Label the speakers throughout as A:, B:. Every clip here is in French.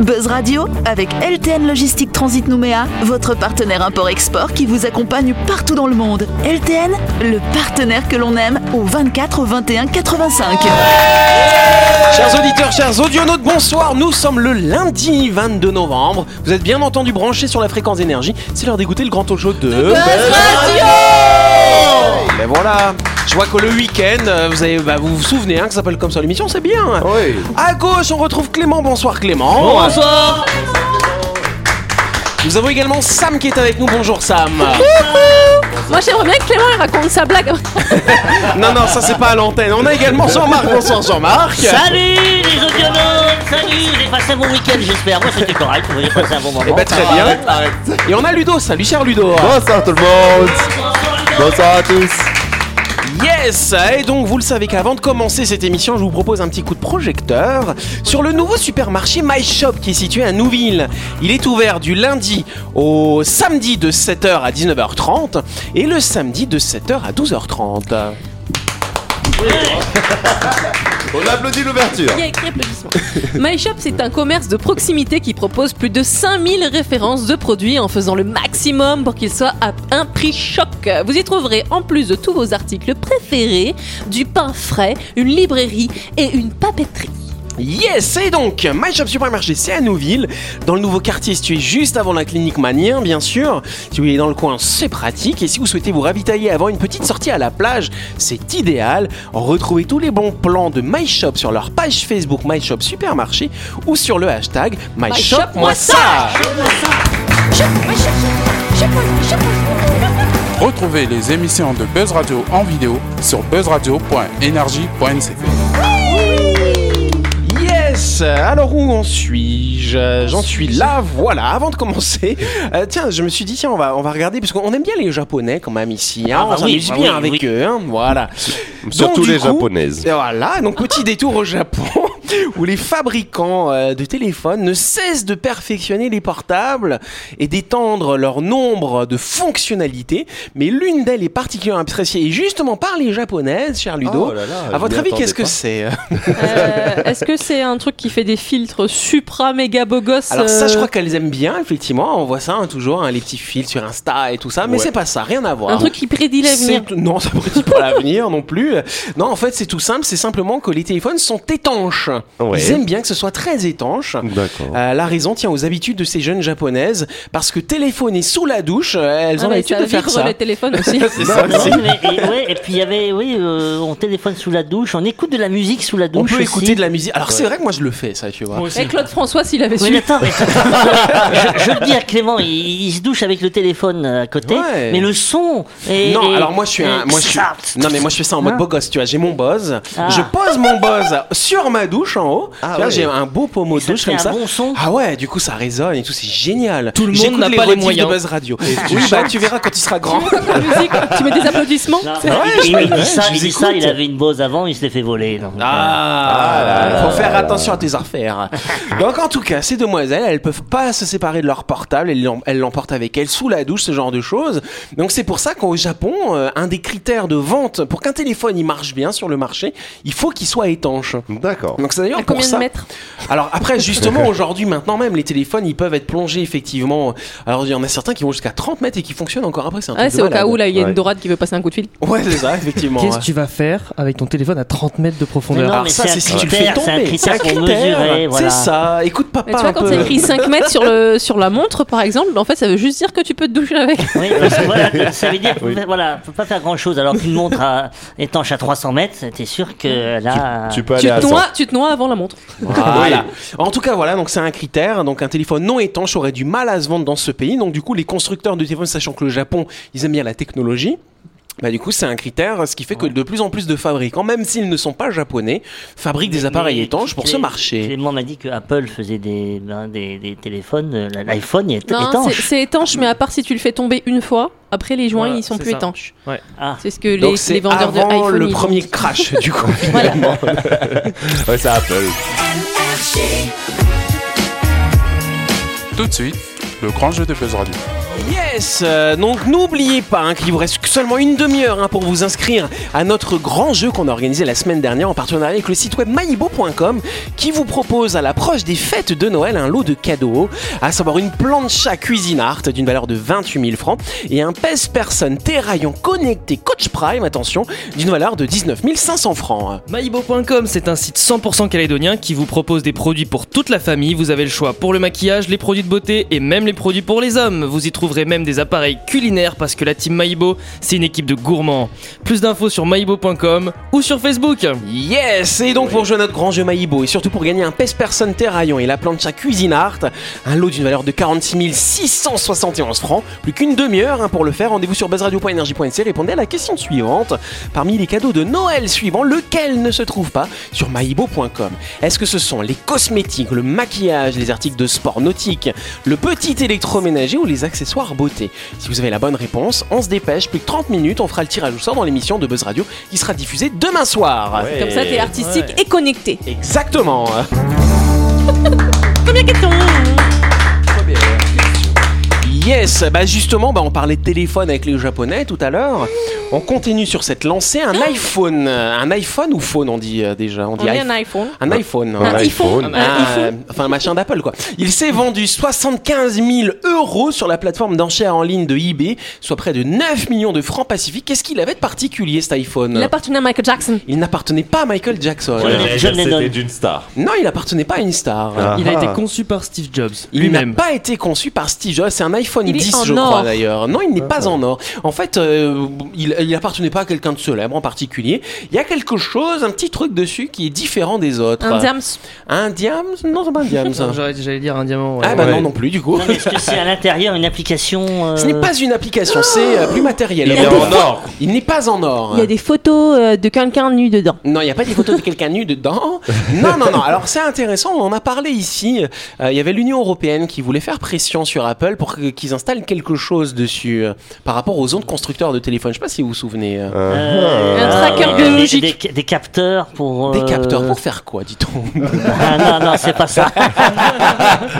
A: Buzz Radio avec LTN Logistique Transit Nouméa, votre partenaire import-export qui vous accompagne partout dans le monde. LTN, le partenaire que l'on aime au 24 21 85.
B: Chers auditeurs, chers audionautes, bonsoir. Nous sommes le lundi 22 novembre. Vous êtes bien entendu branchés sur la fréquence énergie. C'est l'heure d'écouter le grand talk show de Buzz Radio. Ben voilà. Je vois que le week-end, euh, vous, avez, bah, vous vous souvenez hein, que ça s'appelle comme ça l'émission, c'est bien.
C: Oui.
B: À gauche, on retrouve Clément. Bonsoir Clément.
D: Bonsoir
B: Nous avons également Sam qui est avec nous. Bonjour Sam.
E: Moi j'aimerais bien que Clément il raconte sa blague.
B: non, non, ça c'est pas à l'antenne. On a également Jean-Marc. Bonsoir Jean-Marc.
D: Salut les audiologues Salut J'ai passé un bon week-end j'espère. Moi c'était correct, vous avez passé un bon moment.
B: Eh ben, très bien.
C: Arrête, arrête.
B: Et on a Ludo. Salut cher Ludo.
C: Bonsoir tout le monde. Bonsoir à tous.
B: Yes Et donc vous le savez qu'avant de commencer cette émission, je vous propose un petit coup de projecteur sur le nouveau supermarché My Shop qui est situé à Nouville. Il est ouvert du lundi au samedi de 7h à 19h30 et le samedi de 7h à 12h30.
C: On applaudit l'ouverture.
E: Il y a écrit applaudissements. My Shop, c'est un commerce de proximité qui propose plus de 5000 références de produits en faisant le maximum pour qu'ils soient à un prix choc. Vous y trouverez en plus de tous vos articles préférés, du pain frais, une librairie et une papeterie.
B: Yes Et donc, My Shop Supermarché, c'est à Nouville, dans le nouveau quartier situé juste avant la clinique Manien, bien sûr. Si vous êtes dans le coin, c'est pratique. Et si vous souhaitez vous ravitailler avant une petite sortie à la plage, c'est idéal. Retrouvez tous les bons plans de My Shop sur leur page Facebook My Shop Supermarché ou sur le hashtag My,
E: My
B: Shop,
E: Shop,
B: moi
E: moi
B: ça
F: Retrouvez les émissions de Buzz Radio en vidéo sur buzzradio.energie.nc.
B: Yes Alors où en suis-je Euh, J'en suis là, voilà, avant de commencer. euh, tiens, je me suis dit, tiens, on va, on va regarder, parce qu'on aime bien les Japonais quand même ici. hein,
D: Ah bah
B: on
D: oui,
B: s'amuse
D: bah
B: bien
D: oui,
B: avec
D: oui.
B: eux, hein, voilà.
C: Surtout
B: Donc, du
C: les
B: coup,
C: japonaises.
B: Et voilà, donc petit détour au Japon, où les fabricants euh, de téléphones ne cessent de perfectionner les portables et d'étendre leur nombre de fonctionnalités, mais l'une d'elles est particulièrement appréciée, et justement par les japonaises, cher Ludo.
C: Oh là là,
B: à
C: je
B: votre
C: m'y
B: avis,
C: attendais
B: qu'est-ce que
C: pas.
B: c'est
E: Euh, Est-ce que c'est un truc qui fait des filtres supra méga beau gosse
B: Alors ça, je
E: euh,
B: crois qu'elles aiment bien, effectivement. On voit ça hein, toujours, hein, les petits fils sur Insta et tout ça. Mais
C: Ouais.
B: c'est pas ça, rien à voir.
E: euh, Un truc qui prédit l'avenir.
B: C'est- Non, ça prédit pas l'avenir non plus. Non, en fait, c'est tout simple. C'est simplement que les téléphones sont étanches.
C: Ouais.
B: Ils aiment bien que ce soit très étanche.
C: D'accord.
B: Euh, la raison tient aux habitudes de ces jeunes japonaises parce que téléphoner sous la douche, euh, elles
E: Ah,
B: ont
E: mais
B: l'habitude
E: ça
B: de faire
E: vibre
B: ça.
E: les téléphones aussi.
B: C'est ça,
D: Non,
B: c'est-
D: mais- et, ouais, et puis il y avait, oui, euh, on téléphone sous la douche, on écoute de la musique sous la douche.
B: On peut
D: aussi.
B: écouter de la musique. Alors c'est vrai que moi je le fais, ça, tu vois.
E: Et Eh, Claude François, s'il avait
D: Oui,
E: su.
D: mais attends, mais- je, je le dis à Clément, il, il se douche avec le téléphone à côté,
B: Ouais.
D: mais le son. est-
B: Non,
D: est-
B: alors moi je suis un,
D: est-
B: moi je suis,
D: ça-
B: non mais moi je fais ça en mode
D: Hein
B: beau gosse, tu vois, j'ai mon buzz,
D: Ah.
B: je pose mon buzz sur ma douche en haut,
C: Ah
B: tu vois,
C: ouais.
B: j'ai un beau pommeau de
D: Ça
B: douche
D: fait
B: comme
D: un
B: ça.
D: bon son.
B: Ah ouais, du coup ça résonne et tout, c'est génial.
G: Tout le monde
B: J'écoute
G: n'a pas les
B: rediffs
G: moyens.
B: de Buzz Radio. oui, bah tu verras quand il sera grand.
E: La musique, tu mets des applaudissements.
D: Non,
B: vrai, je
D: il,
B: me-
D: il
B: ouais,
D: dit ça,
B: je
D: il
B: vous
D: dit ça,
B: écoute.
D: il avait une Bose avant, il se l'est fait voler. donc,
B: Ah, faut faire attention à tes affaires. Donc en tout cas, ces demoiselles, elles peuvent pas se séparer de leur portable, elles l'em- elles l'emportent avec elles sous la douche, ce genre de choses. Donc c'est pour ça qu'au Japon, euh, un des critères de vente pour qu'un téléphone il marche bien sur le marché, il faut qu'il soit étanche.
C: D'accord.
B: Donc c'est
E: À
B: d'ailleurs pour
E: combien de
B: ça.
E: mètres
B: Alors après justement aujourd'hui maintenant même les téléphones ils peuvent être plongés effectivement. Alors il y en a certains qui vont jusqu'à 30 mètres et qui fonctionnent encore après c'est un
E: Ah,
B: truc de
E: C'est au cas
B: malade.
E: où là, il y a
C: Ouais.
E: une dorade qui veut passer un coup de fil.
B: Ouais c'est ça effectivement.
G: Qu'est-ce que tu vas faire avec ton téléphone à 30 mètres de
D: Mais
G: profondeur
D: non,
B: Alors
D: mais
B: ça,
D: c'est un
B: c'est si tu le fais
D: critère, c'est un
B: tomber.
D: critère pour
B: critère.
D: mesurer, voilà.
B: C'est ça. Écoute papa
E: Mais tu vois,
B: un
E: quand
B: peu.
E: c'est écrit 5 mètres sur, le, sur la montre, par exemple, en fait, ça veut juste dire que tu peux te doucher avec.
D: Oui, parce que voilà, ça veut dire, voilà, faut pas faire grand chose. Alors qu'une montre à- étanche à 300 mètres, t'es sûr que là.
C: Tu peux
E: Tu
C: aller à
E: te,
C: 100.
E: noies, tu te noies avant la montre.
B: Voilà. En tout cas, voilà, donc c'est un critère. Donc un téléphone non étanche aurait du mal à se vendre dans ce pays. Donc du coup, les constructeurs de téléphones, sachant que le Japon, ils aiment bien la technologie. Bah du coup c'est un critère, ce qui fait que de plus en plus de fabricants, même s'ils ne sont pas japonais, fabriquent des appareils
D: Mais
B: étanches pour
D: Clé-
B: ce marché.
D: Clément m'a dit que Apple faisait des, ben, des, des téléphones, euh, l'iPhone est
E: Non, c'est-
D: étanche.
E: c'est étanche, mais à part si tu le fais tomber une fois, après les joints,
G: Voilà,
E: ils sont
G: c'est
E: plus
G: ça.
E: étanches.
D: Ah.
E: C'est ce que les,
B: Donc
E: les
B: c'est
E: vendeurs de
B: avant
E: iPhone
B: le
E: ils disent.
B: premier crash du coup.
E: Voilà.
C: Ouais, c'est Apple.
F: Tout de suite, le grand jeu de Buzz Radio.
B: Yes euh, Donc n'oubliez pas hein, qu'il vous reste que seulement une demi-heure hein, pour vous inscrire à notre grand jeu qu'on a organisé la semaine dernière en partenariat avec le site web maibo.com qui vous propose à l'approche des fêtes de Noël un lot de cadeaux, à savoir une plancha cuisine art d'une valeur de 28 000 francs et un pèse personne terraillon connecté Coach Prime, attention, d'une valeur de 19 500 francs.
G: Maibo.com, c'est un site 100% calédonien qui vous propose des produits pour toute la famille. Vous avez le choix pour le maquillage, les produits de beauté et même les produits pour les hommes. Vous y trouverez même des appareils culinaires parce que la team Maibo, c'est une équipe de gourmands. Plus d'infos sur maibo.com ou sur Facebook.
B: Yes Et donc pour jouer à notre grand jeu Maïbo et surtout pour gagner un PES Personne Terraillon et la plancha Cuisine Art, un lot d'une valeur de 46 671 francs, plus qu'une demi-heure hein, pour le faire, rendez-vous sur buzzradio.energie.nc, E, répondez à la question suivante. Parmi les cadeaux de Noël suivants, lequel ne se trouve pas sur maibo.com Est-ce que ce sont les cosmétiques, le maquillage, les articles de sport nautique, le petit électroménager ou les accessoires beauté Si vous avez la bonne réponse, on se dépêche, plus que 30 minutes, on fera le tirage au sort dans l'émission de Buzz Radio qui sera diffusée demain soir.
E: Comme ça, t'es artistique et connecté.
B: Exactement.
E: Première question.
B: Yes, bah justement, bah on parlait de téléphone avec les japonais tout à l'heure. On continue sur cette lancée. Un iPhone, euh, un iPhone ou phone on dit euh, déjà, on
E: Ah. On
B: dit
E: est
B: iPhone.
E: un iPhone.
B: un iPhone.
E: Un iPhone.
B: Un- enfin, un machin d'Apple quoi. Il s'est vendu 75 000 euros sur la plateforme d'enchères en ligne de eBay, soit près de 9 millions de francs pacifiques. Qu'est-ce qu'il avait de particulier cet iPhone
E: Il appartenait à Michael Jackson.
B: Il n'appartenait pas à Michael Jackson.
D: Ouais. John Lennon.
C: C'était d'une star.
B: Non, il n'appartenait pas à une star.
G: Il a
C: Ah.
G: été conçu par Steve Jobs
B: Il n'a
G: lui-même.
B: pas été conçu par Steve Jobs, c'est un iPhone
E: Il est
B: 10
E: en
B: je
E: or.
B: crois d'ailleurs. Non, il n'est pas en or. En fait, euh, il, il appartenait pas à quelqu'un de célèbre en particulier. Il y a quelque chose, un petit truc dessus qui est différent des autres.
E: Un diams.
B: Un diams Non, c'est pas un diams. hein.
G: Non, J'aurais- J'allais dire un diamant. ouais.
B: ah bah
C: Ouais.
B: non non plus du coup.
D: Non, mais Est-ce que c'est à l'intérieur une application euh,
B: Ce n'est pas une application, c'est euh, plus matériel.
C: Il est en or.
B: Il n'est pas en or.
E: Il y a des photos euh, de quelqu'un nu dedans.
B: Non, il n'y a pas des photos de quelqu'un nu dedans. Non, non, non. Alors c'est intéressant, on en a parlé ici. Euh, Il y avait l'Union européenne qui voulait faire pression sur Apple pour que- qu'ils installent quelque chose dessus euh, par rapport aux autres constructeurs de téléphones. Je sais pas si vous vous souvenez. euh,
D: euh,
E: Un tracker
D: des-
E: biologique.
D: Des, des- des capteurs pour.
B: Des
D: euh,
B: capteurs pour faire quoi, dit-on
D: Ah, non, non, c'est pas ça.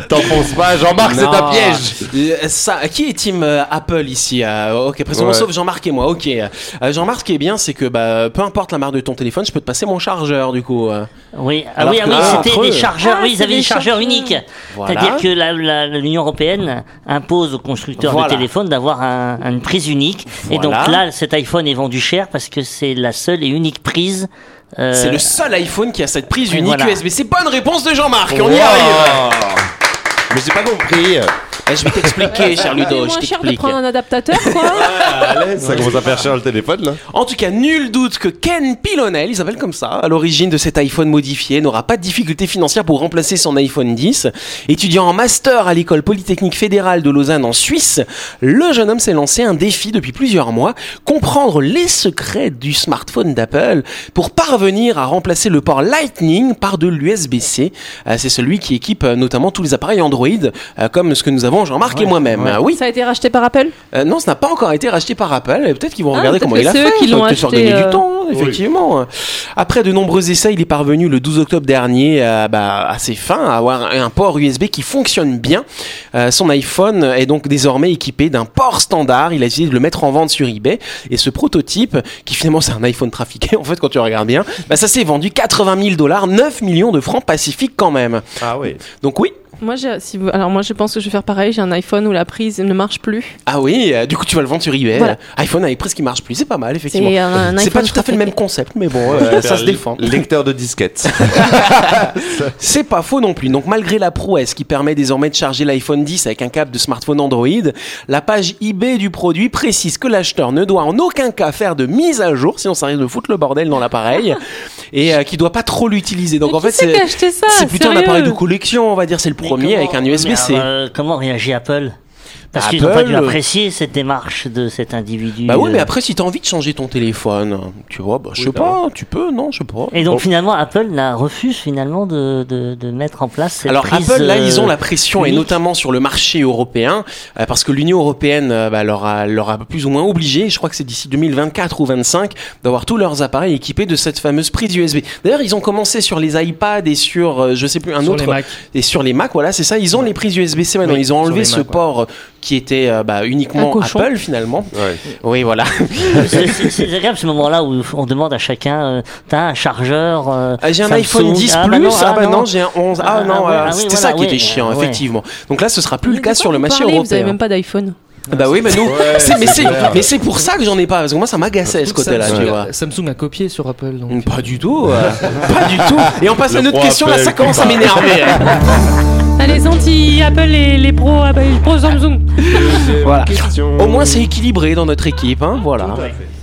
C: T'enfonce pas, Jean-Marc, c'est un
B: Non.
C: piège.
B: Euh, Ça, qui est team euh, Apple ici euh, Ok, présentement
C: Ouais.
B: sauf Jean-Marc et moi. Ok. Euh, Jean-Marc, ce qui est bien, c'est que bah, peu importe la marque de ton téléphone, je peux te passer mon chargeur du coup. euh.
D: Oui, ah,
B: Alors
D: oui, ah
B: que
D: oui,
B: là,
D: c'était
B: entre
D: des
B: eux-
D: chargeurs.
E: Ah,
D: oui, ils
E: c'est
D: avaient
E: des
D: des chargeurs
E: chargeurs.
D: unique.
B: Voilà.
D: C'est-à-dire que la- la- l'Union européenne impose aux constructeurs
B: Voilà.
D: de téléphones d'avoir un- une prise unique. Et donc
B: Voilà.
D: là, cet iPhone est vendu cher parce que c'est la seule et unique prise. euh,
B: C'est le seul iPhone qui a cette prise
D: Et
B: unique
D: voilà.
B: USB. C'est bonne réponse de Jean-Marc. On y
C: Wow.
B: arrive.
C: Mais j'ai pas compris.
B: Eh, je vais t'expliquer, cher Ludo,
E: C'est
B: je
E: moins cher de
B: t'explique.
E: prendre un adaptateur, quoi.
C: Allez, ça commence à faire cher le téléphone là.
B: En tout cas, nul doute que Ken Pilonel, il s'appelle comme ça, à l'origine de cet iPhone modifié, n'aura pas de difficultés financières pour remplacer son iPhone 10. Étudiant en master à l'école polytechnique fédérale de Lausanne en Suisse, le jeune homme s'est lancé un défi depuis plusieurs mois, comprendre les secrets du smartphone d'Apple pour parvenir à remplacer le port Lightning par de l'USB-C. Euh, C'est celui qui équipe euh, notamment tous les appareils Android, euh, comme ce que nous avons Jean-Marc et moi-même. Euh, Oui,
E: Ça a été racheté par Apple.
B: euh, non, ça n'a pas encore été racheté par Apple. et Peut-être qu'ils vont
E: Ah,
B: regarder
E: peut-être
B: comment
E: que
B: il a
E: c'est
B: fait.
E: eux qui
B: Ça va
E: l'ont
B: peut-être leur
E: acheté,
B: gagner
E: euh,
B: du temps, hein, effectivement. Après de nombreux essais, il est parvenu le 12 octobre dernier euh, bah, à ses fins à avoir un port USB qui fonctionne bien. Euh, son iPhone est donc désormais équipé d'un port standard. Il a décidé de le mettre en vente sur eBay. Et ce prototype, qui finalement c'est un iPhone trafiqué, en fait, quand tu regardes bien, bah, ça s'est vendu 80 000 dollars, 9 millions de francs pacifiques quand même.
C: Ah oui.
B: Donc oui.
E: Moi, j'ai- si vous- alors moi, je pense que je vais faire pareil. J'ai un iPhone où la prise ne marche plus.
B: Ah oui, euh, du coup tu vas le vendre sur eBay. Euh,
E: Voilà.
B: iPhone avec presque qui marche plus, c'est pas mal effectivement.
E: C'est un, un
B: C'est
E: iPhone
B: pas tout à fait le même
E: trafiqué.
B: concept, mais bon, euh, ça se défend.
C: Lecteur de disquettes.
B: C'est pas faux non plus. Donc malgré la prouesse qui permet désormais de charger l'iPhone 10 avec un câble de smartphone Android, la page eBay du produit précise que l'acheteur ne doit en aucun cas faire de mise à jour, sinon ça risque de foutre le bordel dans l'appareil, et euh, qu'il doit pas trop l'utiliser. Donc
E: Mais
B: en fait,
E: qui c'est qui a
B: c'est
E: acheté ça
B: c'est plutôt un
E: Sérieux
B: appareil de collection, on va dire, c'est le
D: mais
B: premier
D: comment-
B: avec un
D: mais
B: USB-C.
D: alors, euh, comment réagit Apple Parce qu'ils n'ont pas
B: Apple,
D: dû
B: euh,
D: apprécier cette démarche de cet individu.
B: Bah oui,
D: euh,
B: mais après, si t'as envie de changer ton téléphone, tu vois, bah, je sais
C: Oui,
B: pas, tu peux, non, je sais pas.
D: Et donc
C: Bon.
D: finalement, Apple n'a- refuse finalement de, de, de mettre en place cette
B: Alors
D: prise,
B: Apple, là, ils ont
D: euh,
B: la pression, et
D: unique.
B: notamment sur le marché européen, euh, parce que l'Union européenne euh, bah, leur, a, leur a plus ou moins obligé, je crois que c'est d'ici 2024 ou 25, d'avoir tous leurs appareils équipés de cette fameuse prise USB. D'ailleurs, ils ont commencé sur les iPads et sur, euh, je sais plus, un
G: Sur
B: autre,
G: les Macs.
B: et sur les Mac, voilà, c'est ça, ils ont les prises USB-C maintenant,
G: Oui,
B: ils ont
G: sur
B: enlevé
G: les
B: ce
G: Mac, ouais.
B: port euh, qui était euh, bah, uniquement
E: Un cochon.
B: Apple finalement.
C: Ouais.
B: Oui, voilà.
D: C'est- C'est c'est agréable ce moment-là où on demande à chacun euh, T'as un chargeur euh,
B: Ah, J'ai un
D: Samsung
B: iPhone 10
D: Ah, bah
B: Plus.
D: non,
B: Ah bah non, j'ai un 11. Ah,
D: Ah,
B: non,
D: ah, ouais,
B: voilà,
D: ah oui,
B: c'était
D: voilà,
B: ça qui
D: ouais,
B: était chiant,
D: ouais.
B: effectivement. Donc là, ce sera plus le
E: Mais
B: cas
E: de
B: sur
E: quoi
B: le
E: vous
B: marché
E: parlez Vous
B: européen.
E: avez même pas d'iPhone.
B: Bah oui, mais nous,
C: Ouais,
B: c'est- mais
C: c'est
B: c'est
C: clair.
B: mais c'est pour ça que j'en ai pas parce que moi ça m'agaçait ce côté-là, tu vois.
G: Samsung a copié sur Apple. Donc.
B: Pas du tout, euh, pas du tout. Et on passe à
C: Le
B: notre
C: point
B: question, là
C: Apple,
B: ça commence à
C: putain.
B: m'énerver. hein.
E: Allez, anti-Apple et les pros, ah bah, les pros Samsung.
B: Voilà. Au moins c'est équilibré dans notre équipe, hein, voilà.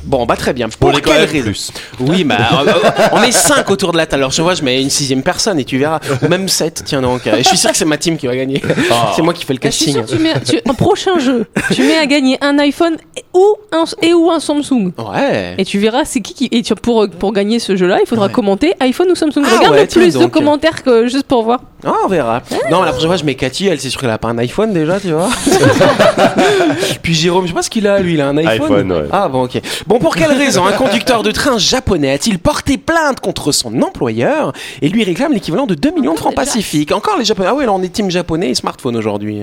B: Bon, bah très bien. Pour
C: Pour les
B: quelle
C: connaître
B: raison
C: plus.
B: Oui, bah euh, euh, on est cinq autour de la table. Alors je vois, je mets une sixième personne et tu verras. Ou même sept, tiens donc. euh, Je suis sûr que c'est ma team qui va gagner.
C: Ah.
B: C'est moi qui fais le
E: Bah, Je suis
B: casting.
E: sûr que tu mets tu- un prochain jeu. Tu mets à gagner un iPhone et- ou un, et ou un Samsung.
B: Ouais.
E: Et tu verras c'est qui qui et tu- pour pour gagner ce jeu-là, il faudra commenter iPhone ou Samsung.
B: Ah
E: Regarde
B: ouais,
E: le
B: tiens
E: plus de
B: donc.
E: commentaires que juste pour voir.
B: Ah, on verra. Non, la prochaine fois, je mets Cathy, elle, c'est sûr qu'elle a pas un iPhone déjà, tu vois. Puis Jérôme, je sais pas ce qu'il a, lui, il a un iPhone.
C: iPhone, ouais.
B: Ah bon, ok. Bon, pour quelle raison un conducteur de train japonais a-t-il porté plainte contre son employeur et lui réclame l'équivalent de 2 millions de francs
E: Déjà.
B: pacifiques Encore les japonais. Ah ouais, là, on est team japonais et smartphone aujourd'hui.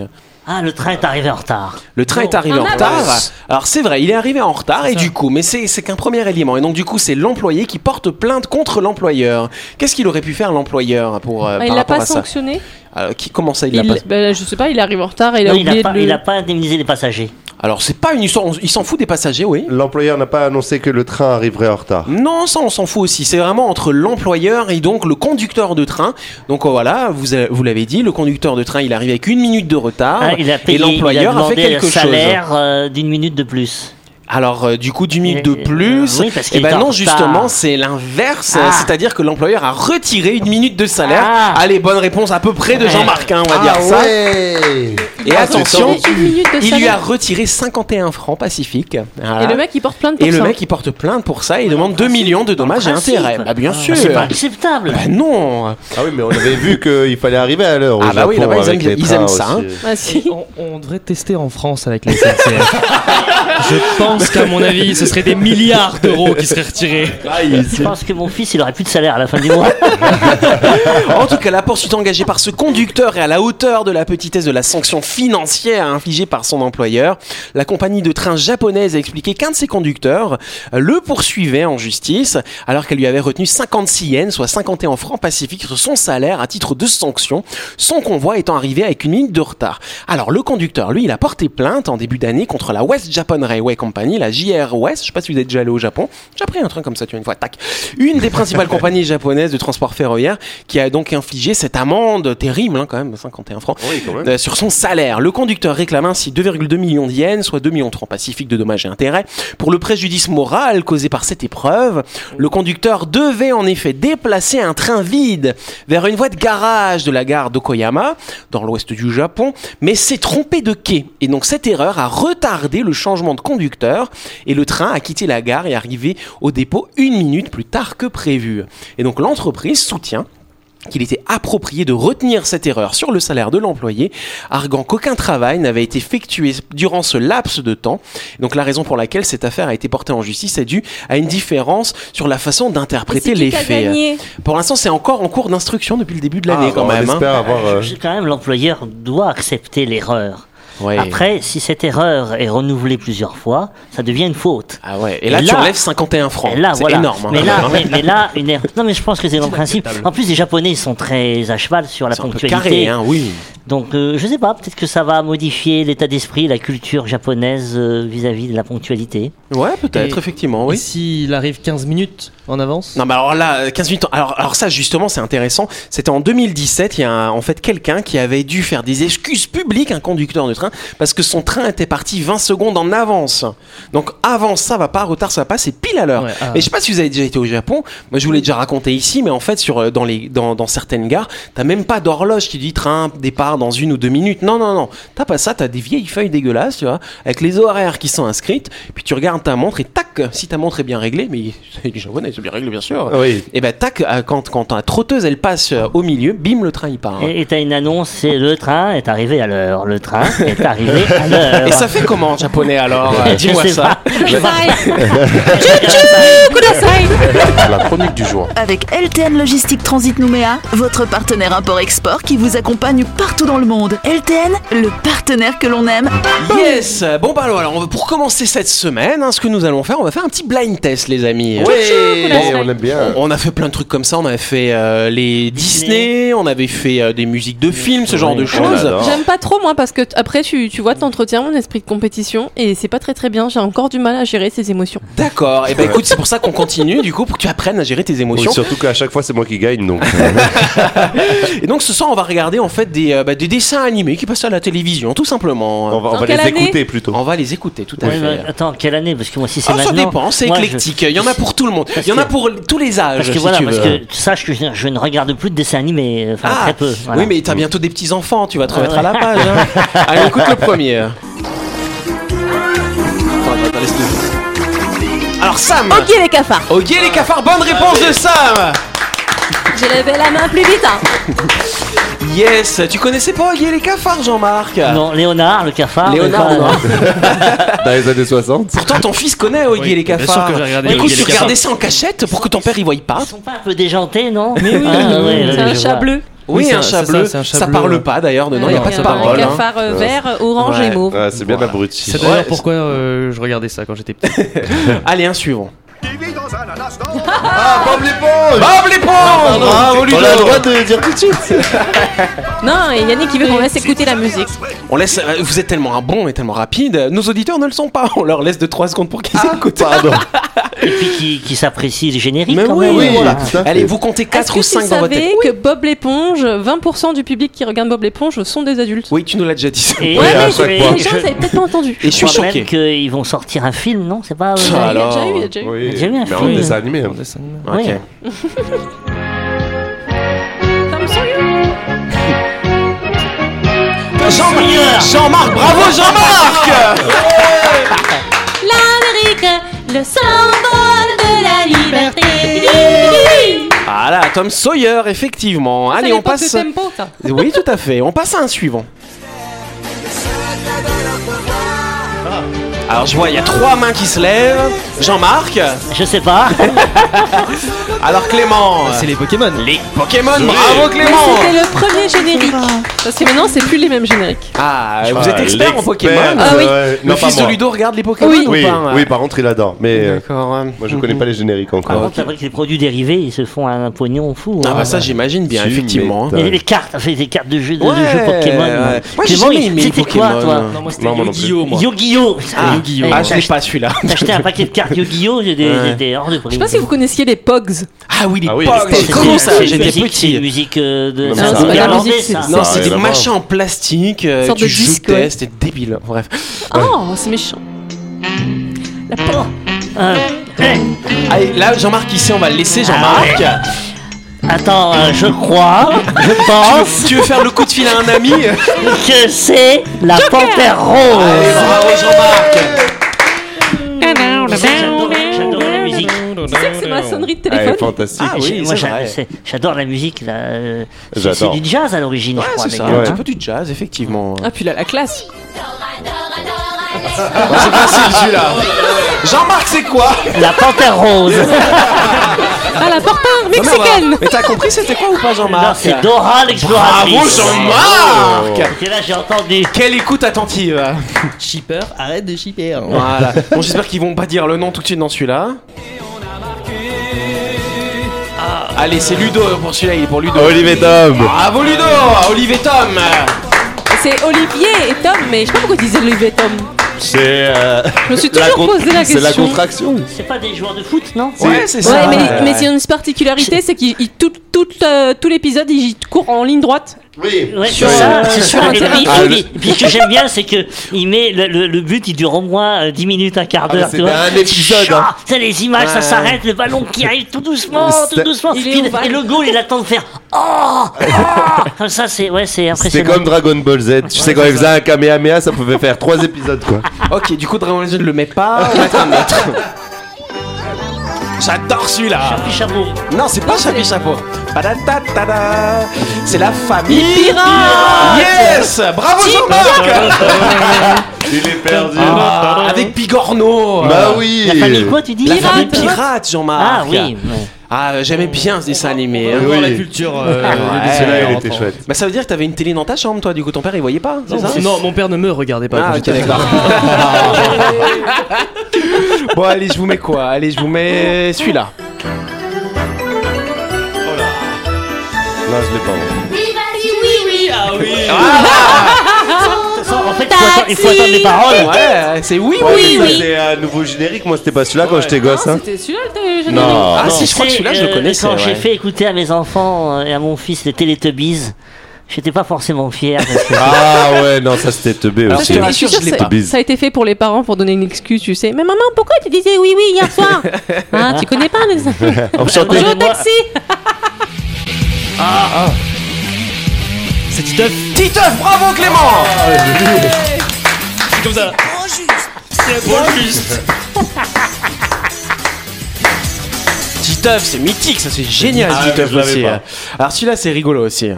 D: Ah, le train est arrivé en retard.
B: Le train est arrivé
E: Un
B: en
E: avance.
B: retard. Alors c'est vrai, il est arrivé en retard et du coup, mais c'est c'est qu'un premier élément. Et donc du coup, c'est l'employé qui porte plainte contre l'employeur. Qu'est-ce qu'il aurait pu faire l'employeur pour euh,
E: Ah, il
B: par
E: l'a
B: rapport
E: pas
B: à ça
E: sanctionné.
B: Alors, qui, Comment ça, il l'a
E: Il,
B: pas
E: ben, je sais pas, il arrive en retard et il a
D: Non, il n'a
E: oublié
D: pas,
E: de le-
D: il a pas indemnisé les passagers.
B: Alors c'est pas une histoire, on- il s'en fout des passagers, oui.
C: L'employeur n'a pas annoncé que le train arriverait en retard.
B: Non, ça on s'en fout aussi. C'est vraiment entre l'employeur et donc le conducteur de train. Donc oh, voilà, vous, a- vous l'avez dit, le conducteur de train il arrive avec une minute de retard
D: Ah, il a payé,
B: et l'employeur
D: il a
B: a, fait
D: demandé
B: quelque
D: le
B: chose.
D: salaire euh, d'une minute de plus.
B: Alors euh, du coup, d'une minute de
D: Et- euh,
B: plus.
D: oui, parce
B: et
D: qu'il est
B: ben
D: en
B: non,
D: retard.
B: justement, c'est l'inverse.
D: Ah.
B: C'est-à-dire que l'employeur a retiré une minute de salaire.
D: Ah.
B: Allez, bonne réponse à peu près de
D: Ouais. Ah
B: Jean-Marc, hein, on va dire ça.
C: ouais
B: Et
E: Ah,
B: attention,
E: Une minute de
B: il lui a
E: salaire.
B: retiré 51 francs pacifiques. Voilà.
E: Et le mec il porte plainte pour
B: Et le
E: ça.
B: mec, il porte plainte pour ça et il demande 2
D: principe,
B: millions de dommages et
D: Principe.
B: intérêts. Bah, bien
D: Ah,
B: sûr.
D: C'est pas acceptable.
B: Bah, non.
C: Ah oui, mais on avait vu qu'il fallait arriver à l'heure. au
B: Ah bah oui,
C: Japon
B: là-bas, ils
C: avec
B: aiment-
C: les
B: ils aiment
C: trains
B: ça,
C: aussi.
E: Ah, si.
G: On, on devrait tester en France avec la SNCF. Je pense qu'à mon avis, ce serait des milliards d'euros qui seraient retirés.
D: Je pense que mon fils, il aurait plus de salaire à la fin du mois.
B: En tout cas, la poursuite engagée par ce conducteur est à la hauteur de la petitesse de la sanction financière infligée par son employeur. La compagnie de train japonaise a expliqué qu'un de ses conducteurs euh, le poursuivait en justice alors qu'elle lui avait retenu 56 yens, soit 51 francs pacifiques, sur son salaire à titre de sanction, son convoi étant arrivé avec une minute de retard. Alors, le conducteur, lui, il a porté plainte en début d'année contre la West Japan Railway Company, la JR West. Je sais pas si vous êtes déjà allé au Japon. J'ai pris un train comme ça, tu vois, une fois, tac. Une des principales compagnies japonaises de transport ferroviaire qui a donc infligé cette amende terrible, hein, quand même, 51 francs,
C: Oui, quand même.
B: euh, sur son salaire. Le conducteur réclame ainsi 2,2 millions de yens, soit 2 millions de francs pacifiques de dommages et intérêts, pour le préjudice moral causé par cette épreuve. Le conducteur devait en effet déplacer un train vide vers une voie de garage de la gare d'Okoyama, dans l'ouest du Japon, mais s'est trompé de quai. Et donc cette erreur a retardé le changement de conducteur et le train a quitté la gare et est arrivé au dépôt une minute plus tard que prévu. Et donc l'entreprise soutient qu'il était approprié de retenir cette erreur sur le salaire de l'employé, arguant qu'aucun travail n'avait été effectué durant ce laps de temps. Donc la raison pour laquelle cette affaire a été portée en justice est due à une différence sur la façon d'interpréter
E: C'est qui
B: les
E: qui a
B: faits.
E: gagné
B: Pour l'instant, c'est encore en cours d'instruction depuis le début de l'année
C: Ah,
B: quand
C: on
B: même. hein.
C: espère avoir. euh,
D: Je- Quand même, l'employeur doit accepter l'erreur.
B: Ouais.
D: Après, si cette erreur est renouvelée plusieurs fois, ça devient une faute.
B: Ah ouais. Et là, tu
D: Là-
B: enlèves 51 francs.
D: Et Là,
B: C'est
D: voilà.
B: énorme. hein,
D: mais,
B: quand
D: là,
B: même, hein.
D: mais, mais là, une erreur. Non, mais je pense que c'est dans le principe. En plus, les Japonais ils sont très à cheval sur la
B: C'est un peu
D: ponctualité.
B: carré, hein, oui.
D: Donc, euh, je sais pas. Peut-être que ça va modifier l'état d'esprit, la culture japonaise euh, vis-à-vis de la ponctualité.
B: Ouais, peut-être,
G: Et-
B: effectivement,
G: Et
B: Ah oui.
G: s'il arrive 15 minutes en avance
B: Non, mais alors là, 15 minutes. Alors, alors ça, justement, c'est intéressant. C'était en 2017. Il y a un- en fait quelqu'un qui avait dû faire des excuses publiques, un conducteur de train, parce que son train était parti 20 secondes en avance. Donc, avant ça va pas, retard ça va pas, c'est pile à l'heure.
G: Ouais, ah.
B: Mais je sais pas si vous avez déjà été au Japon. Moi, je vous l'ai déjà raconté ici, mais en fait, sur, euh, dans, les, dans, dans certaines gares, t'as même pas d'horloge qui dit train départ dans une ou deux minutes. Non, non, non. T'as pas ça. T'as des vieilles feuilles dégueulasses, tu vois, avec les horaires qui sont inscrites. Puis tu regardes ta montre et tac, si ta montre est bien réglée, mais c'est les japonais, c'est bien réglé, bien sûr.
C: Oui.
B: Et ben tac, euh, quand, quand la trotteuse elle passe euh, au milieu, bim, le train il part. hein.
D: Et et t'as une annonce, c'est le train est arrivé à l'heure. Le train est arrivé à l'heure.
B: Et ça fait comment en japonais alors euh,
D: Je
B: Dis-moi
D: sais
B: ça.
D: pas.
F: La chronique du jour.
A: Avec LTN Logistique Transit Nouméa, votre partenaire import-export qui vous accompagne partout dans dans le monde. Elten, le partenaire que l'on aime.
B: Yes Bon bah alors, alors, on va- pour commencer cette semaine, hein, ce que nous allons faire, on va faire un petit blind test les amis.
C: Ouais, on aime bien.
B: On on a fait plein de trucs comme ça, on avait fait euh, les Disney, on avait fait euh, des musiques de films, ce genre de
C: Oh
B: choses.
C: adore.
E: J'aime pas trop moi parce que t- après tu, tu vois t'entretiens mon esprit de compétition et c'est pas très très bien, j'ai encore du mal à gérer ces émotions.
B: D'accord, et ben écoute, c'est pour ça qu'on continue du coup, pour que tu apprennes à gérer tes
C: Oui,
B: émotions.
C: surtout qu'à chaque fois, c'est moi qui gagne, donc. euh,
B: et donc ce soir, on va regarder en fait des, euh, bah, des dessins animés qui passent à la télévision, tout simplement. hein.
C: on va, on
E: Dans
C: va
E: quelle
C: les
E: année
C: écouter plutôt.
B: On va les écouter, tout à
D: Ouais,
B: fait.
D: mais attends, quelle année Parce que moi, si c'est
B: Ah, ça
D: maintenant.
B: dépend, c'est
D: moi, je-
B: éclectique. Il y en a pour tout le monde. Il
D: Parce
B: y en a
D: que-
B: pour tous les âges.
D: Parce que
B: si
D: voilà,
B: tu
D: parce
B: veux.
D: que tu saches que je, je ne regarde plus de dessins animés, enfin
B: Ah,
D: très peu. voilà.
B: oui, mais t'as bientôt des petits enfants, tu vas te remettre à la page. hein. Allez, écoute le premier. Attends, attends, attends, laisse-le. Alors, Sam.
E: Ok les cafards
B: Ok, les cafards, bonne réponse de Sam.
E: J'ai levé la main plus vite
B: Ah
E: hein.
B: Yes, tu connaissais pas Ok, les cafards, Jean-Marc
D: Non, Léonard, le cafard.
B: euh,
D: euh,
B: Léonard,
D: enfin,
B: non.
C: Dans les années 60
B: Pourtant, ton fils connaît Ok,
G: Oui,
B: les
G: bien sûr
B: cafards.
G: que j'ai regardé
B: du coup,
G: Oggy et
B: tu
G: les cafards.
B: regardais ça en cachette pour que ton père y voie pas.
D: Ils sont pas un peu déjantés, non Ah, Mais
G: oui,
E: C'est un chat bleu.
B: Oui,
G: c'est
B: un
G: un-
B: chat
G: c'est ça,
B: bleu.
G: c'est un chat
B: ça
G: bleu,
B: parle
G: ouais.
B: pas d'ailleurs
E: Ah
B: dedans, il n'y a
G: Non,
B: pas de
G: ça parle
E: Un
B: parole.
G: pas.
B: hein.
E: cafard euh, vert, orange
B: Ouais.
E: et mauve.
C: Ah, C'est bien
B: Voilà.
C: abruti.
G: C'est d'ailleurs
B: Ouais,
G: pourquoi euh, je regardais ça quand j'étais petit.
B: hein. Allez, un suivant.
C: Ah, Bob
B: Bob
C: l'éponge Ah,
B: l'éponge Bravo,
C: On
B: Ludo
C: a le droit de dire tout de suite
E: Non et Yannick il veut qu'on laisse écouter la musique.
B: On laisse, euh, vous êtes tellement un bon et tellement rapide, nos auditeurs ne le sont pas. On leur laisse de 3 secondes pour qu'ils écoutent.
C: Pardon.
D: Et puis qui, qui s'apprécie le générique
B: Mais
D: quand
B: oui,
D: même.
C: oui,
B: voilà.
C: tout à fait.
B: Allez, vous comptez
E: Est-ce
B: 4
E: que
B: ou
E: tu
B: 5 dans votre tête.
E: savais que Bob l'éponge, 20% du public qui regarde Bob l'éponge sont des adultes
B: Oui, tu nous l'as déjà dit. ça.
D: Et,
C: Oui, à
D: mais-
C: chaque
D: et
C: fois.
E: Les gens
D: je-
E: ne l'avaient peut-être pas entendu.
B: Et je suis
D: crois même
B: choqué.
D: qu'ils vont sortir un film, non C'est pas. euh,
E: Il y a
B: Alors,
E: déjà eu, il y a déjà eu.
C: Oui,
D: J'ai vu un
C: mais en
D: film.
C: dessin animé.
G: En dessin animé.
B: Ok.
D: Ouais.
E: Ça me semble-
B: Jean-Marc, Jean-Marc, bravo Jean-Marc
E: L'Amérique, le symbole de la liberté.
B: Ah là, Tom Sawyer, effectivement. Allez, on passe.
E: tempo, ça.
B: Oui, tout à fait. On passe à un suivant. Alors je vois, il y a trois mains qui se lèvent. Jean-Marc.
D: Je sais pas.
B: Alors Clément.
G: Ah, C'est les Pokémon.
B: Les Pokémon. Bravo Clément.
E: C'était le premier générique. Parce que maintenant, c'est plus les mêmes génériques.
B: Ah, vous êtes expert en Pokémon hein.
E: Ah oui.
C: ouais.
B: Le
C: Non, pas
B: fils de
C: moi.
B: Ludo regarde les Pokémon
E: Oui.
B: ou
C: Oui,
B: pas hein
C: oui, par contre, il adore. Mais euh,
B: D'accord. hein.
C: moi, je connais pas les génériques
D: Par
C: encore. Ah,
D: contre, après que les produits dérivés, ils se font un pognon fou.
B: Ah
D: hein.
B: bah ça j'imagine bien,
C: Tu
B: effectivement.
C: m'étonnes.
D: Et les cartes, enfin les cartes de jeux de, de
B: Ouais,
D: jeux Pokémon.
B: ouais. Moi, j'ai
D: Clément,
B: jamais
D: il-
B: aimé les
D: c'était quoi, toi
B: Pokémon.
G: Non, moi
C: Non, moi non plus.
G: Yu-Gi-Oh! moi.
D: Yu-Gi-Oh
B: Ah,
D: Eh,
B: ah je l'ai
D: t'ach-
B: pas celui-là.
D: T'achetais un paquet de cartes Yu-Gi-Oh! J'étais
B: Ouais.
D: j'étais hors de prix.
E: Je sais pas si vous connaissiez les Pogs.
B: Ah oui, les
C: Ah oui,
B: Pogs,
C: les Pogs.
B: c'est comment ça
D: C'est une
B: J'étais
D: musique- C'est une
B: petit.
D: musique euh, de.
C: Non, mais
D: c'est
C: ça,
D: un truc
C: c'est pas la
D: irlandais,
E: musique,
D: ça.
E: c'est-
B: Non,
C: Ça,
B: c'est des
C: Ah, là-bas.
B: machins en plastique, euh,
E: Sorte
B: tu
E: de disque,
B: jetais,
E: ouais.
B: c'était débile. Bref.
E: Oh, c'est méchant. La Pog.
D: Euh, eh,
B: Allez, là, Jean-Marc, ici, on va le laisser, Jean-Marc.
D: Attends, euh, je crois, je pense
B: tu veux faire le coup de fil à un ami
D: que c'est la panthère
B: Allez,
D: rose.
B: bravo, Jean-Marc
D: J'adorais j'adorais la musique.
E: Tu sais que c'est ma sonnerie
C: Ah,
E: de
C: elle est
E: téléphone.
C: fantastique.
B: Ah oui,
D: Moi,
B: c'est
D: j'a-
B: vrai.
D: c'est- j'adore la musique. là, euh, C'est c'est
C: J'adore.
D: du jazz à l'origine,
B: Ouais,
D: je crois.
B: c'est
D: les
B: ça,
D: gars,
B: un
D: hein.
B: petit peu du jazz, effectivement.
E: Ah, puis là, la classe.
B: c'est facile, celui-là. Ah, Jean-Marc, c'est quoi
D: La panthère rose.
E: Ah, la porteur
B: Non, mais on va-
E: mexicaine.
B: Mais t'as compris, c'était quoi ou pas,
D: Non,
B: Jean-Marc
D: c'est Dora l'exploratrice.
B: Bravo,
C: Oh.
B: Jean-Marc
D: Parce que là, j'ai entendu.
B: Quelle écoute attentive
G: Shipper, arrête de shipper.
B: Voilà. Bon, j'espère qu'ils vont pas dire le nom tout de suite dans celui-là. Ah, allez, c'est Ludo pour celui-là, il est pour Ludo.
C: Olivier Tom
B: Bravo Ludo Olivier Tom
E: C'est Olivier et Tom, mais je sais pas pourquoi tu disais Olivier et Tom.
C: C'est euh,
E: Je me suis
C: la con-
E: toujours posé la
C: C'est
E: question.
C: la contraction.
D: C'est pas des joueurs de foot, non
B: Ouais, c'est
E: Ouais,
B: ça.
E: mais,
B: Ouais,
E: mais
B: ouais.
E: il y a une particularité, c'est qu'il il- tout, tout, euh, tout l'épisode, il court en ligne droite.
C: Oui.
D: Ouais,
E: Sur-
D: c'est ça, c'est
E: sur
D: sûr.
E: un
D: Et
E: terrain.
D: puis,
C: Ah,
D: et puis ce que j'aime bien, c'est que il met le, le- le but, il dure au moins euh, 10 minutes, un quart
C: Ah, mais
D: d'heure. tu
C: c'était
D: vois.
C: un épisode, hein.
D: Ah, C'est les images,
B: Ouais.
D: ça s'arrête, le ballon qui arrive tout doucement, tout
C: C'était-
D: doucement.
E: Il est
D: Puis-
E: ovale.
D: et le goal, il attend de faire Oh, oh Comme ça, c'est ouais, c'est
C: C'était
D: impressionnant.
C: comme Dragon Ball Z. Tu sais, quand il faisait un Kamehameha, ça pouvait faire trois épisodes, quoi.
B: Ok, du coup, Dragon Ball Z, je ne le mets pas. on va mettre un autre. J'adore celui-là
D: Chapeau, chapeau.
B: Non, c'est pas Chapi Chapeau. Patatatada. C'est la famille Yes Bravo Jean-Marc
C: Il est perdu.
B: Ah, Avec Bigorneau
C: Bah oui.
D: La famille quoi, tu dis
B: La famille
E: Pirate.
B: pirate, Jean-Marc
D: Ah oui. ouais.
B: Ah, j'aimais bien ce dessin animé. hein.
C: Oui.
H: Voir la culture. euh,
B: Ah Ouais.
C: Celui-là, il était
H: enfant.
C: chouette.
B: Bah ça veut dire que t'avais une télé dans ta chambre, toi, du coup ton père il voyait pas, c'est ça
G: Non, mon père ne me regardait pas.
B: Ah,
G: quand
B: ok,
G: j'étais petit.
B: d'accord. bon, allez, je vous mets quoi Allez, je vous mets celui-là.
C: Non, je l'ai pas. moi.
B: Ah,
D: En fait, il faut attendre- il faut attendre les paroles.
B: Ouais, c'est oui,
C: Moi,
B: oui,
C: ça,
B: oui.
C: C'est un nouveau générique. Moi, c'était pas celui-là quand j'étais gosse. hein.
E: Ah, C'était celui-là le télé- générique
C: Non.
B: Ah si, je crois que
D: C'est,
B: celui-là, je
D: euh,
B: le connaissais.
D: Quand j'ai
B: ouais.
D: fait écouter à mes enfants euh, et à mon fils les Teletubbies, j'étais pas forcément fier. parce que-
C: Ah ouais, non, ça c'était teubé
B: Alors,
C: aussi.
B: je te
E: Je
B: rassure,
E: suis sûre
B: je l'ai
E: que
C: pas.
E: c'est- Ça a été fait pour les parents pour donner une excuse, tu sais. Mais maman, pourquoi tu disais oui, oui hier soir Hein, Tu connais pas les...
C: On chantait.
E: Bonjour, taxi
G: C'est Titeuf.
B: Titeuf, bravo Clément
G: C'est comme ça. C'est trop juste.
B: Titeuf, c'est mythique, ça c'est génial
H: Ah,
B: Titeuf
H: je l'avais
B: aussi.
H: pas.
B: hein. Alors celui-là, c'est rigolo aussi.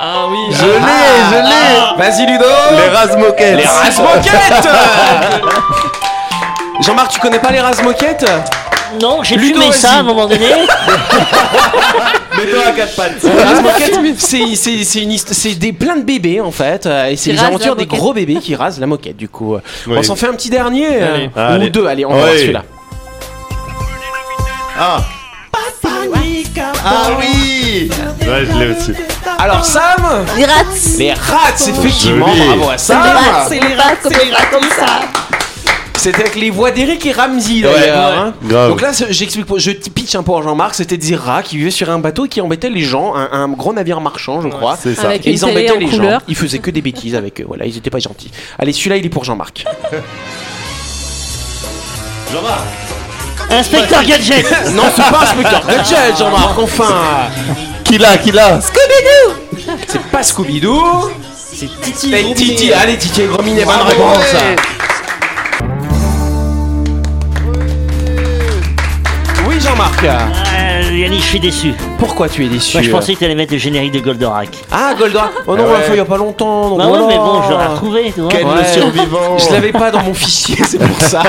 G: Ah oui.
B: Je l'ai, je l'ai Vas-y Ludo
C: Les rases moquettes.
B: Ah, Les rases moquettes Jean-Marc, tu connais pas les rases moquettes
D: non, j'ai
B: Ludo,
D: fumé ça
B: vas-y.
D: à un moment donné.
C: Mets-toi à quatre pattes.
E: Ah,
B: Les rases moquettes, c'est c'est- c'est une hist- c'est des plein de bébés en fait, euh, et c'est
E: Qui
B: les
E: rasent
B: aventures
E: la
B: des
E: moquette.
B: gros bébés qui rasent la moquette du coup. On
C: Oui.
B: s'en fait un petit dernier euh,
G: Allez.
B: ou
C: Allez.
B: deux, allez, on va
C: Oui.
B: voir celui-là.
C: Ah. Ah oui. Ouais, je l'ai aussi.
B: Alors Sam
E: Les rats
B: Les rats, effectivement,
C: Joli.
B: bravo à Sam
E: C'est les rats, c'est les rats comme ça
B: C'était avec les voix d'Eric et Ramsey d'ailleurs.
G: ouais.
B: hein.
C: Grave.
B: Donc là, c'est- j'explique, pour- je t- pitch un peu à Jean-Marc, c'était des rats qui vivaient sur un bateau et qui embêtaient les gens, un, un gros navire marchand, je crois.
C: C'est ça.
E: Avec
B: et
E: une
B: ils
E: télé
B: embêtaient
E: en
B: les
E: couleur.
B: gens. Ils faisaient que des bêtises avec eux. Voilà, ils étaient pas gentils. Allez, celui-là, il est pour Jean-Marc.
D: Inspecteur Gadget.
B: non, c'est pas Inspecteur Gadget, Jean-Marc. Enfin,
C: Qui l'a, qui l'a
B: c'est pas Scooby-Doo. C'est Titi. Titi. Allez, Titi et Grominet, bonne réponse. Oui, Jean-Marc.
D: Euh, Yannick, je suis déçu.
B: Pourquoi tu es euh, déçu
D: Moi, je pensais que t'allais mettre le générique de Goldorak.
B: Ah, Goldorak. Oh non, on l'a
C: Ouais.
B: fait il y a pas longtemps. donc
D: Bah ouais,
B: voilà.
D: mais bon, je l'aurais retrouvé. tu vois.
C: Quel
B: Ouais.
C: le survivant
B: Je l'avais pas dans mon fichier, c'est pour ça.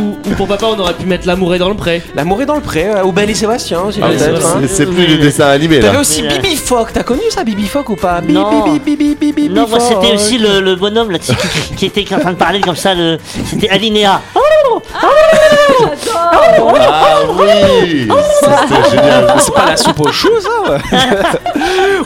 G: Ou, ou pour papa, on aurait pu mettre l'amour est dans le pré.
B: L'amour est dans le pré, euh, ou Belle et Sébastien aussi,
C: Ah, mais
B: peut-être. hein.
C: c'est- C'est plus du dessin animé
B: T'avais
C: là.
B: aussi
D: Oui, là.
B: Bibi Fock, t'as connu ça Bibi Fock ou pas Bibi,
D: Non.
B: Bibi, Bibi, Bibi,
D: Non, moi
B: Fock.
D: c'était aussi le, le bonhomme là, qui, qui- qui était en train de parler comme ça. Le... C'était Alinéa.
C: Ah oui Ça, C'était génial.
B: C'est pas la soupe aux choux, ça ouais.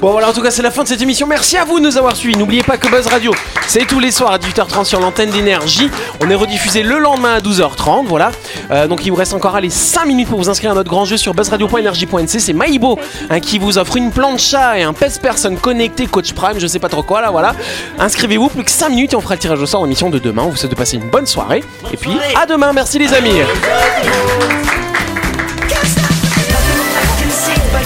B: Bon, voilà, en tout cas, c'est la fin de cette émission. Merci à vous de nous avoir suivis. N'oubliez pas que Buzz Radio, c'est tous les soirs à 18h30 sur l'antenne d'énergie. On est rediffusé le lendemain à 12h30. Voilà. Euh, donc, il vous reste encore les 5 minutes pour vous inscrire à notre grand jeu sur buzzradio.energie.nc. C'est Maïbo hein, qui vous offre une plancha et un pèse personne connecté, coach prime, je sais pas trop quoi là. Voilà. Inscrivez-vous, plus que 5 minutes et on fera le tirage au sort dans l'émission de demain. On vous souhaite de passer une bonne soirée. et puis,
D: soirée.
B: à demain. Merci les amis.